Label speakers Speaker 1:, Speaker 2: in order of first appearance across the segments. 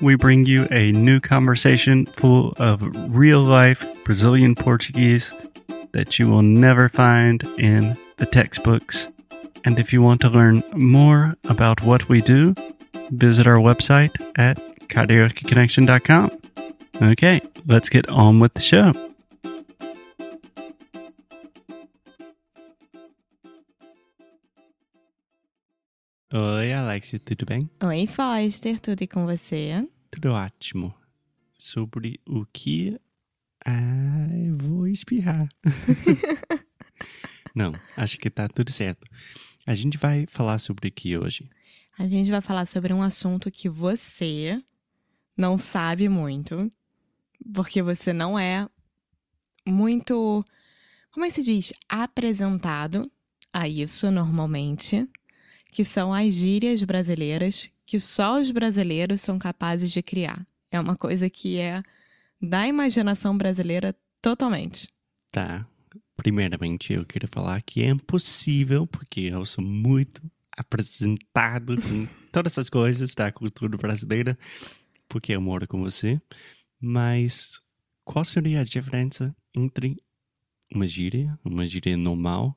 Speaker 1: we bring you a new conversation full of real life Brazilian Portuguese that you will never find in the textbooks. And if you want to learn more about what we do, visit our website at cariocaconnection.com. Okay, let's get on with the show. Oi, Alexia, tudo bem?
Speaker 2: Oi, Foster, tudo e com você?
Speaker 1: Tudo ótimo. Sobre o que. Ah, eu vou espirrar. Não, acho que tá tudo certo. A gente vai falar sobre o que hoje?
Speaker 2: A gente vai falar sobre um assunto que você não sabe muito, porque você não é muito, como é que se diz, apresentado a isso normalmente, que são as gírias brasileiras que só os brasileiros são capazes de criar. É uma coisa que é da imaginação brasileira totalmente.
Speaker 1: Tá. Primeiramente, eu queria falar que é impossível, porque eu sou muito apresentado com todas essas coisas da cultura brasileira, porque eu moro com você. Mas qual seria a diferença entre uma gíria, uma gíria normal,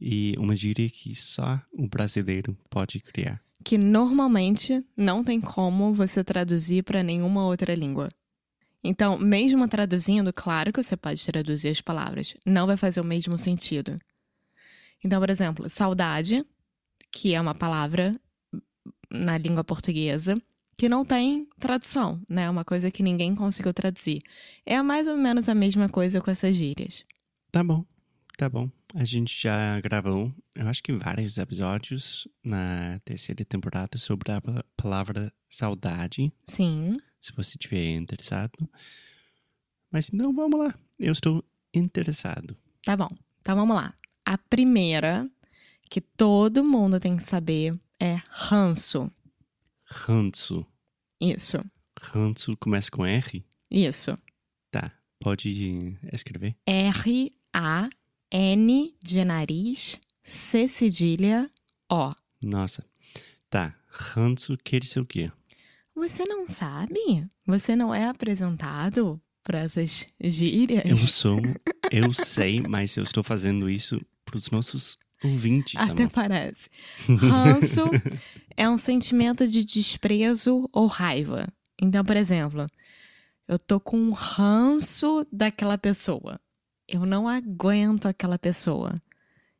Speaker 1: e uma gíria que só o brasileiro pode criar?
Speaker 2: Que normalmente não tem como você traduzir para nenhuma outra língua. Então, mesmo traduzindo, claro que você pode traduzir as palavras, não vai fazer o mesmo sentido. Então, por exemplo, saudade, que é uma palavra na língua portuguesa que não tem tradução, né? É uma coisa que ninguém conseguiu traduzir. É mais ou menos a mesma coisa com essas gírias.
Speaker 1: Tá bom, tá bom. A gente já gravou, eu acho que vários episódios na terceira temporada sobre a palavra saudade.
Speaker 2: Sim.
Speaker 1: se você estiver interessado. Mas então vamos lá, eu estou interessado.
Speaker 2: Tá bom. Então vamos lá. A primeira que todo mundo tem que saber é ranço.
Speaker 1: Ranço.
Speaker 2: Isso.
Speaker 1: Ranço começa com R?
Speaker 2: Isso.
Speaker 1: Tá, pode escrever.
Speaker 2: R A N de nariz, C cedilha, O.
Speaker 1: Nossa. Tá, ranço quer dizer o quê?
Speaker 2: Você não sabe? Você não é apresentado para essas gírias?
Speaker 1: Eu sou, eu sei, mas eu estou fazendo isso para os nossos ouvintes,
Speaker 2: Até
Speaker 1: amor.
Speaker 2: parece. Ranço é um sentimento de desprezo ou raiva. Então, por exemplo, eu tô com um ranço daquela pessoa. Eu não aguento aquela pessoa.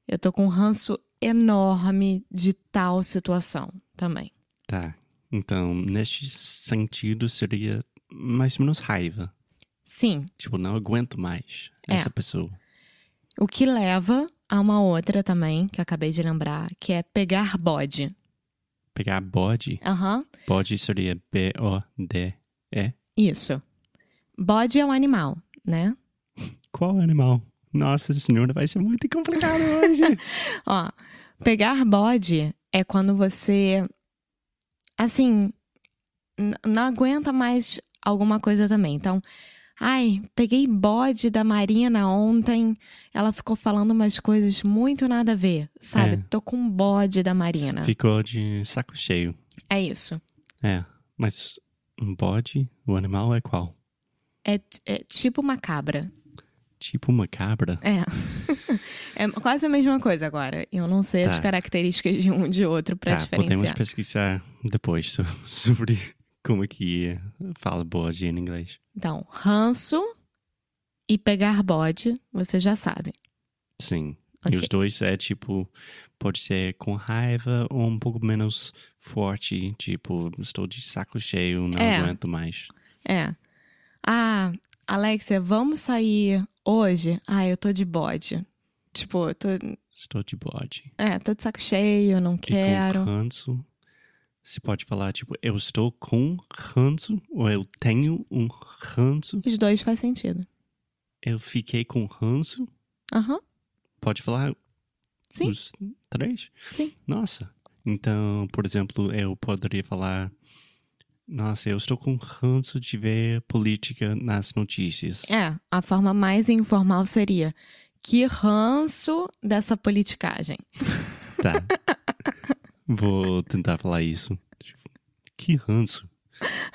Speaker 2: Eu tô com um ranço enorme de tal situação também.
Speaker 1: Tá, então neste sentido seria mais ou menos raiva.
Speaker 2: Sim,
Speaker 1: Tipo, não aguento mais
Speaker 2: É.
Speaker 1: essa pessoa.
Speaker 2: o que leva a uma outra também, que eu acabei de lembrar, que é pegar bode.
Speaker 1: Pegar bode
Speaker 2: Aham.
Speaker 1: Bode seria B-O-D-E.
Speaker 2: Isso. Bode é um animal, né?
Speaker 1: Qual animal? Nossa senhora, vai ser muito complicado hoje.
Speaker 2: Ó, pegar bode é quando você, assim, n- não aguenta mais alguma coisa também. Então, ai, peguei bode da Marina ontem, ela ficou falando umas coisas muito nada a ver, sabe?
Speaker 1: É.
Speaker 2: Tô com um bode da Marina.
Speaker 1: Ficou de saco cheio.
Speaker 2: É isso.
Speaker 1: É, mas um bode, o animal é qual?
Speaker 2: É, t- é tipo uma cabra.
Speaker 1: Tipo uma cabra?
Speaker 2: É. é quase a mesma coisa agora. Eu não sei as
Speaker 1: Tá.
Speaker 2: características de um de outro pra
Speaker 1: tá, podemos
Speaker 2: diferenciar.
Speaker 1: pesquisar depois so- sobre como é que fala bode em inglês.
Speaker 2: Então, ranço e pegar bode, você já sabe.
Speaker 1: Sim. E
Speaker 2: Ok.
Speaker 1: os dois é tipo, pode ser com raiva ou um pouco menos forte, tipo, estou de saco cheio, não
Speaker 2: É.
Speaker 1: aguento mais.
Speaker 2: É. Ah, Alexia, vamos sair hoje? Ah, eu tô de bode. Tipo, eu tô,
Speaker 1: Estou de bode.
Speaker 2: é, tô de saco cheio, não
Speaker 1: que com
Speaker 2: quero.
Speaker 1: ranço. Você pode falar, tipo, eu estou com ranço, ou eu tenho um ranço.
Speaker 2: Os dois faz sentido.
Speaker 1: eu fiquei com ranço.
Speaker 2: Aham.
Speaker 1: Pode falar
Speaker 2: Sim.
Speaker 1: os três?
Speaker 2: Sim.
Speaker 1: Nossa. Então, por exemplo, eu poderia falar: Nossa, eu estou com ranço de ver política nas notícias.
Speaker 2: É, a forma mais informal seria que ranço dessa politicagem.
Speaker 1: Tá. Vou tentar falar isso. Tipo, Que ranço.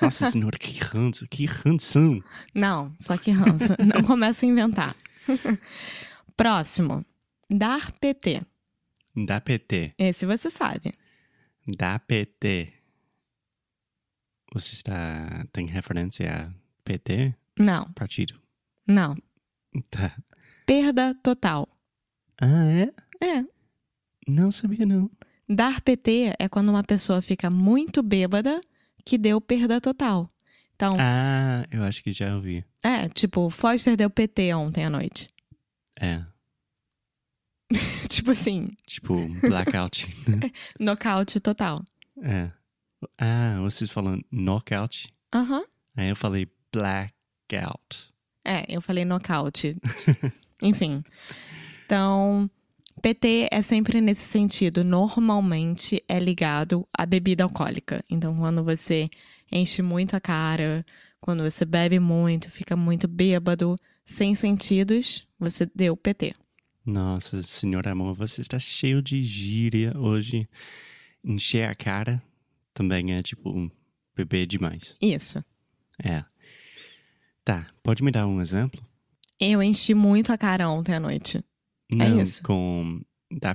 Speaker 1: Nossa senhora, que ranço, que ranção.
Speaker 2: Não, só que ranço. Não começa a inventar. Próximo. Dar PT.
Speaker 1: Da PT.
Speaker 2: Esse você sabe.
Speaker 1: Da PT. Você está. tem referência a PT?
Speaker 2: Não,
Speaker 1: Partido.
Speaker 2: não.
Speaker 1: Tá.
Speaker 2: Perda total.
Speaker 1: Ah, é?
Speaker 2: É.
Speaker 1: Não sabia, não.
Speaker 2: Dar PT é quando uma pessoa fica muito bêbada que deu perda total. Então,
Speaker 1: Ah, eu acho que já ouvi.
Speaker 2: é, tipo, Foster deu PT ontem à noite.
Speaker 1: É.
Speaker 2: tipo assim,
Speaker 1: Tipo, blackout.
Speaker 2: nocaute total.
Speaker 1: é. Ah, vocês falam knockout?
Speaker 2: Aham.
Speaker 1: Aí eu falei blackout.
Speaker 2: É, eu falei nocaute. Enfim. Então, PT é sempre nesse sentido. Normalmente é ligado à bebida alcoólica. Então, quando você enche muito a cara, quando você bebe muito, fica muito bêbado, sem sentidos, você deu PT.
Speaker 1: Nossa, senhor amor, você está cheio de gíria hoje. Encher a cara também é tipo beber demais.
Speaker 2: Isso.
Speaker 1: É. Tá, pode me dar um exemplo?
Speaker 2: Eu enchi muito a cara ontem à noite.
Speaker 1: Não,
Speaker 2: É isso.
Speaker 1: com da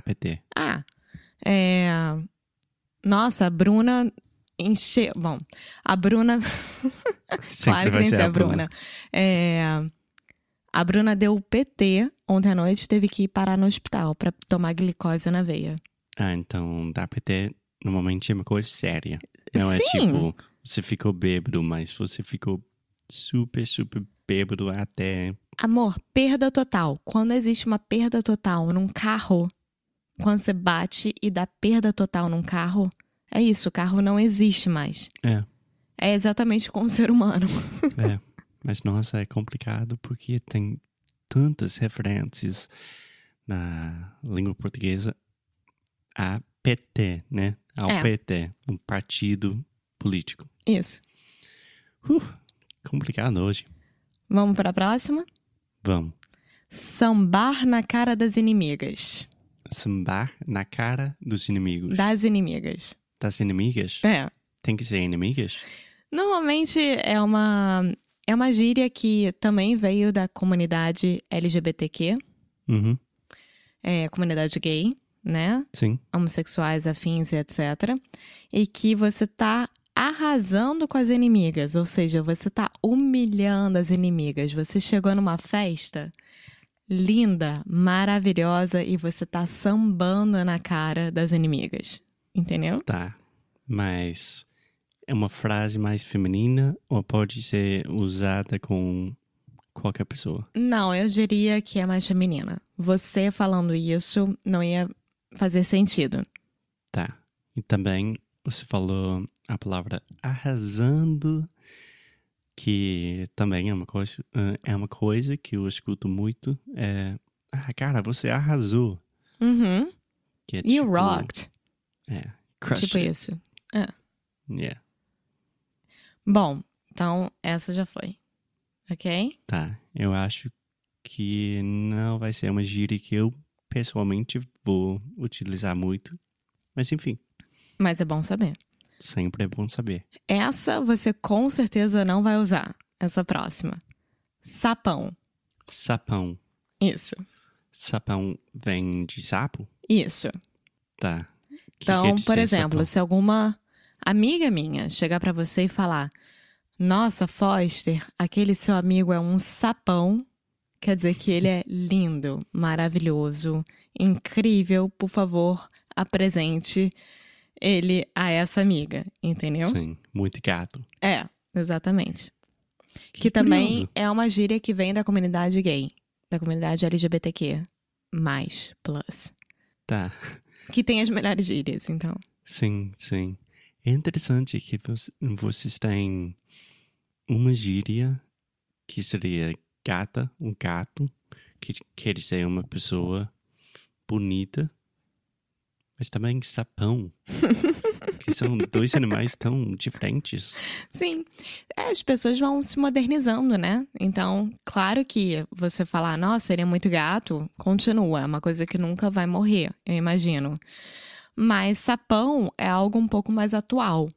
Speaker 1: PT.
Speaker 2: Ah, é. Nossa, a Bruna encheu. Bom, a Bruna
Speaker 1: Sempre
Speaker 2: claro que
Speaker 1: vai
Speaker 2: nem
Speaker 1: ser
Speaker 2: sei a Bruna. É, a Bruna deu o PT ontem à noite, teve que ir parar no hospital pra tomar glicose na veia.
Speaker 1: Ah, então da PT normalmente é uma coisa séria. Não
Speaker 2: Sim.
Speaker 1: é tipo, você ficou bêbado, mas você ficou super, super bêbado até.
Speaker 2: Amor, perda total. Quando existe uma perda total num carro, quando você bate e dá perda total num carro, é isso, o carro não existe mais.
Speaker 1: É.
Speaker 2: É exatamente como o ser humano.
Speaker 1: É, mas nossa, é complicado porque tem tantas referências na língua portuguesa a PT, né? Ao
Speaker 2: É.
Speaker 1: PT, um partido político. Uh,
Speaker 2: Isso.
Speaker 1: Complicado hoje.
Speaker 2: Vamos pra próxima?
Speaker 1: Vamos.
Speaker 2: Sambar na cara das inimigas.
Speaker 1: Sambar na cara dos inimigos.
Speaker 2: Das inimigas.
Speaker 1: Das inimigas?
Speaker 2: É.
Speaker 1: Tem que ser inimigas?
Speaker 2: Normalmente é uma é uma gíria que também veio da comunidade LGBTQ,
Speaker 1: Uhum.
Speaker 2: é, comunidade gay, né?
Speaker 1: Sim.
Speaker 2: Homossexuais, afins e etc. E que você tá arrasando com as inimigas, ou seja, você tá humilhando as inimigas. Você chegou numa festa linda, maravilhosa e você tá sambando na cara das inimigas. Entendeu?
Speaker 1: Tá. Mas é uma frase mais feminina ou pode ser usada com qualquer pessoa?
Speaker 2: Não, eu diria que é mais feminina. Você falando isso não ia fazer sentido.
Speaker 1: Tá. E também você falou a palavra arrasando, que também é uma coisa, eh, é uma coisa que eu escuto muito. É, ah, cara, você arrasou.
Speaker 2: Uhum.
Speaker 1: Que é
Speaker 2: You
Speaker 1: tipo,
Speaker 2: rocked.
Speaker 1: É. Crush
Speaker 2: Tipo
Speaker 1: it.
Speaker 2: isso.
Speaker 1: Yeah.
Speaker 2: Bom, então essa já foi. Ok?
Speaker 1: Tá. Eu acho que não vai ser uma gíria que eu pessoalmente vou utilizar muito. Mas enfim,
Speaker 2: Mas é bom saber.
Speaker 1: sempre é bom saber.
Speaker 2: Essa você com certeza não vai usar. Essa próxima. Sapão.
Speaker 1: Sapão.
Speaker 2: Isso.
Speaker 1: Sapão vem de sapo?
Speaker 2: Isso.
Speaker 1: Tá. Que que
Speaker 2: Então,
Speaker 1: é de
Speaker 2: por
Speaker 1: ser
Speaker 2: exemplo,
Speaker 1: sapão?
Speaker 2: se alguma amiga minha chegar pra você e falar: Nossa, Foster, aquele seu amigo é um sapão, quer dizer que ele é lindo, maravilhoso, incrível, por favor, apresente ele a essa amiga, entendeu?
Speaker 1: Sim, muito gato.
Speaker 2: É, exatamente. Que,
Speaker 1: Que
Speaker 2: também
Speaker 1: curioso.
Speaker 2: é uma gíria que vem da comunidade gay, da comunidade LGBTQ, mais, plus.
Speaker 1: Tá,
Speaker 2: Que tem as melhores gírias, então.
Speaker 1: sim, sim. É interessante que vo- vocês têm uma gíria que seria gata, um gato, que quer dizer uma pessoa bonita, mas também sapão. que são dois animais tão diferentes.
Speaker 2: Sim. É, as pessoas vão se modernizando, né? Então, claro que você falar, nossa, ele é muito gato, continua. É uma coisa que nunca vai morrer, eu imagino. Mas sapão é algo um pouco mais atual,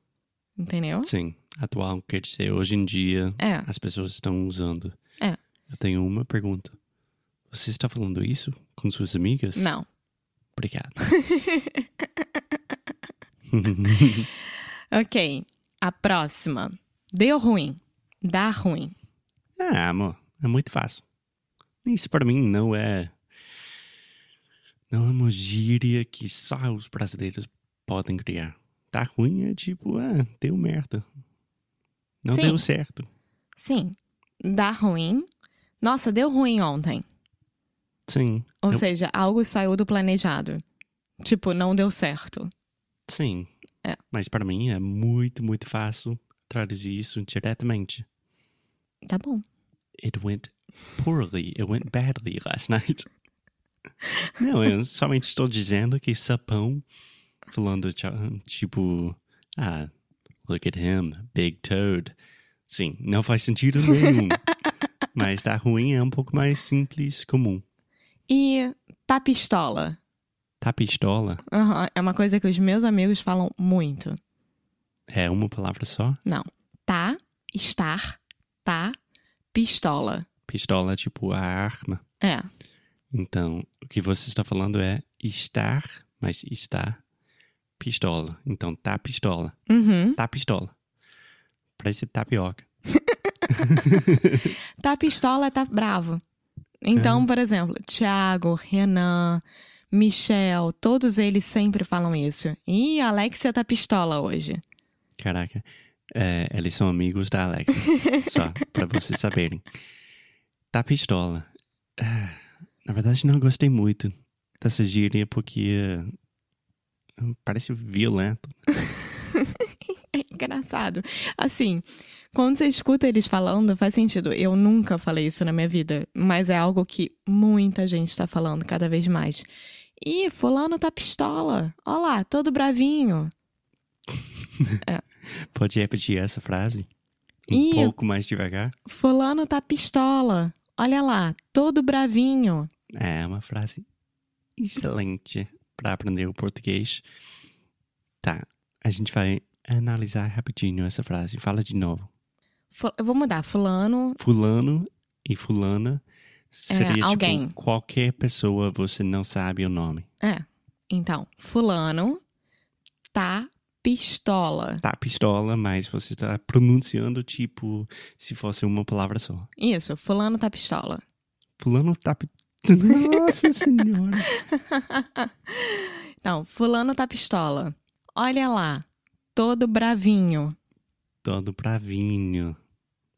Speaker 2: entendeu?
Speaker 1: Sim, atual quer dizer hoje em dia
Speaker 2: É.
Speaker 1: as pessoas estão usando.
Speaker 2: É.
Speaker 1: Eu tenho uma pergunta. Você está falando isso com suas amigas?
Speaker 2: Não.
Speaker 1: Obrigado.
Speaker 2: Ok. A próxima. Deu ruim. Dá ruim.
Speaker 1: ah, amor, é muito fácil. Isso para mim não é. Não é uma gíria que só os brasileiros podem criar. Tá ruim é tipo, ah, deu merda. Não
Speaker 2: Sim.
Speaker 1: deu certo.
Speaker 2: Sim. Dá ruim. Nossa, deu ruim ontem.
Speaker 1: Sim.
Speaker 2: Ou
Speaker 1: Eu-
Speaker 2: seja, algo saiu do planejado. Tipo, não deu certo.
Speaker 1: Sim.
Speaker 2: É.
Speaker 1: Mas para mim é muito, muito fácil traduzir isso diretamente.
Speaker 2: Tá bom.
Speaker 1: It went poorly. It went badly last night. Não, eu somente estou dizendo que sapão falando tcha- tipo, ah, look at him, big toad. Sim, não faz sentido nenhum. Mas tá ruim é um pouco mais simples, comum.
Speaker 2: E tá pistola.
Speaker 1: Tá pistola
Speaker 2: Aham, É uma coisa que os meus amigos falam muito.
Speaker 1: é uma palavra só.
Speaker 2: Não. Tá, estar, tá, pistola.
Speaker 1: Pistola é tipo a arma.
Speaker 2: É.
Speaker 1: Então, o que você está falando é estar, mas está pistola. Então, tá pistola.
Speaker 2: Uhum.
Speaker 1: Tá pistola. Parece tapioca.
Speaker 2: Tá pistola, tá bravo. Então, por exemplo, Thiago, Renan, Michel, todos eles sempre falam isso. Ih, a Alexia tá pistola hoje.
Speaker 1: Caraca. É, eles são amigos da Alex. só para vocês saberem. Tá pistola. Ah, Na verdade, não gostei muito dessa gíria porque eh, parece violento.
Speaker 2: Engraçado. Assim, quando você escuta eles falando, faz sentido. Eu nunca falei isso na minha vida, mas é algo que muita gente tá falando cada vez mais. Ih, fulano tá pistola. Ó lá, todo bravinho.
Speaker 1: Pode repetir essa frase? Um
Speaker 2: Ih.
Speaker 1: pouco mais devagar?
Speaker 2: Fulano tá pistola. Olha lá, todo bravinho.
Speaker 1: É uma frase excelente para aprender o português. Tá, a gente vai analisar rapidinho essa frase. Fala de novo.
Speaker 2: Fu- Eu vou mudar. Fulano.
Speaker 1: Fulano e fulana seria tipo,
Speaker 2: É, alguém.
Speaker 1: qualquer pessoa você não sabe o nome.
Speaker 2: É. Então, fulano tá pistola.
Speaker 1: Tá pistola, mas você está pronunciando tipo se fosse uma palavra só.
Speaker 2: Isso, fulano tá pistola.
Speaker 1: Fulano tá pi- Nossa senhora.
Speaker 2: Então, fulano tá pistola. Olha lá, todo bravinho.
Speaker 1: Todo bravinho.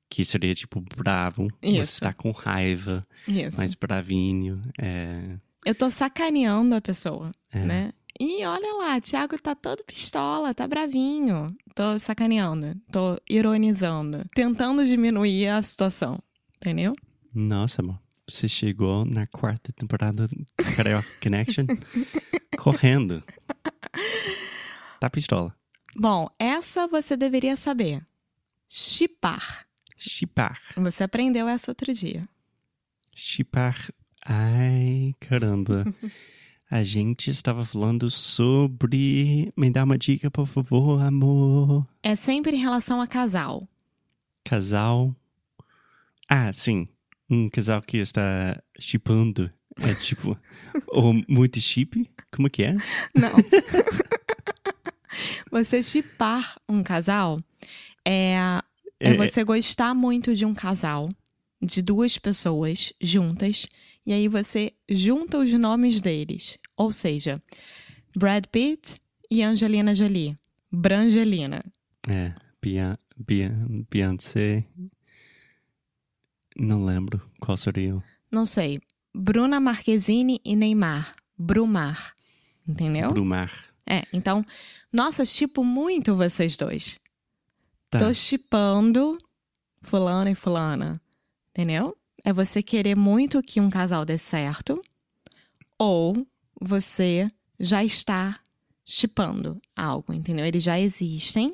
Speaker 1: Que seria tipo bravo.
Speaker 2: Isso.
Speaker 1: Você está com raiva.
Speaker 2: Isso.
Speaker 1: mais bravinho. É,
Speaker 2: Eu tô sacaneando a pessoa,
Speaker 1: é.
Speaker 2: né? E olha lá, Thiago tá todo pistola, tá bravinho. Tô sacaneando, tô ironizando, tentando diminuir a situação, entendeu?
Speaker 1: Nossa, amor. Você chegou na quarta temporada do Carioca Connection correndo. Tá pistola.
Speaker 2: Bom, essa você deveria saber. Chipar.
Speaker 1: Chipar.
Speaker 2: Você aprendeu essa outro dia.
Speaker 1: Chipar. Ai, caramba. A gente estava falando sobre. Me dá uma dica, por favor, amor.
Speaker 2: É sempre em relação a casal.
Speaker 1: Casal. Ah, sim. Um casal que está chipando. É tipo. ou muito chip? Como que é?
Speaker 2: Não. você chipar um casal é É você gostar muito de um casal, de duas pessoas juntas, e aí você junta os nomes deles. Ou seja, Brad Pitt e Angelina Jolie. Brangelina.
Speaker 1: É, Bia- Bia- Beyoncé. Não lembro qual seria. o-
Speaker 2: Não sei. Bruna Marquezine e Neymar. Brumar. Entendeu?
Speaker 1: Brumar.
Speaker 2: É, então, nossa, tipo muito vocês dois.
Speaker 1: Tá.
Speaker 2: Tô chipando fulano e fulana. Entendeu? É você querer muito que um casal dê certo ou você já está chipando algo, entendeu? Eles já existem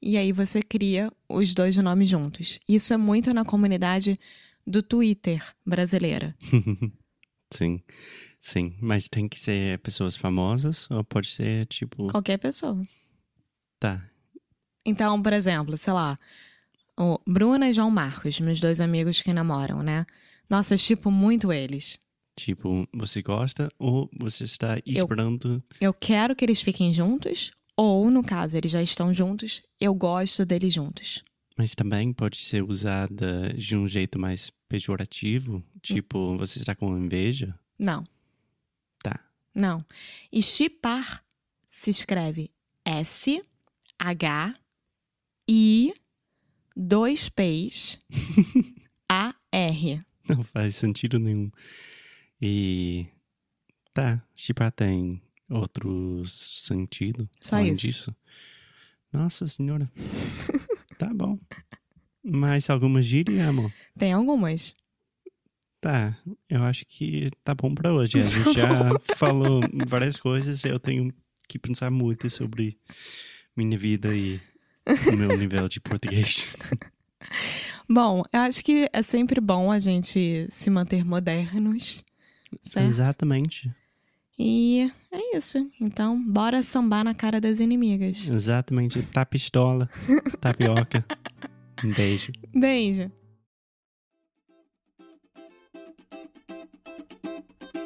Speaker 2: e aí você cria os dois nomes juntos. Isso é muito na comunidade do Twitter brasileira.
Speaker 1: Sim, sim. Mas tem que ser pessoas famosas ou pode ser tipo.
Speaker 2: Qualquer pessoa.
Speaker 1: Tá.
Speaker 2: Então, por exemplo, sei lá, o Bruna e João Marcos, meus dois amigos que namoram, né? Nossa, eu tipo muito eles.
Speaker 1: Tipo, você gosta ou você está esperando.
Speaker 2: Eu quero que eles fiquem juntos, ou, no caso, eles já estão juntos, eu gosto deles juntos.
Speaker 1: Mas também pode ser usada de um jeito mais
Speaker 2: Hum.
Speaker 1: pejorativo. Tipo, você está com inveja?
Speaker 2: Não,
Speaker 1: Tá.
Speaker 2: não. E chipar se escreve S, H, I, dois P's, A, R.
Speaker 1: Não faz sentido nenhum. E. Tá. Chipar tem outro sentido.
Speaker 2: Só
Speaker 1: além
Speaker 2: isso.
Speaker 1: Disso. Nossa senhora. tá bom. Mais alguma gíria, amor?
Speaker 2: Tem algumas.
Speaker 1: Tá, eu acho que tá bom pra hoje. A gente já falou várias coisas, eu tenho que pensar muito sobre minha vida e o meu nível de português.
Speaker 2: Bom, eu acho que é sempre bom a gente se manter modernos, certo?
Speaker 1: Exatamente.
Speaker 2: E é isso. Então, bora sambar na cara das inimigas.
Speaker 1: Exatamente. Tá pistola, tapioca. Um beijo.
Speaker 2: Beijo.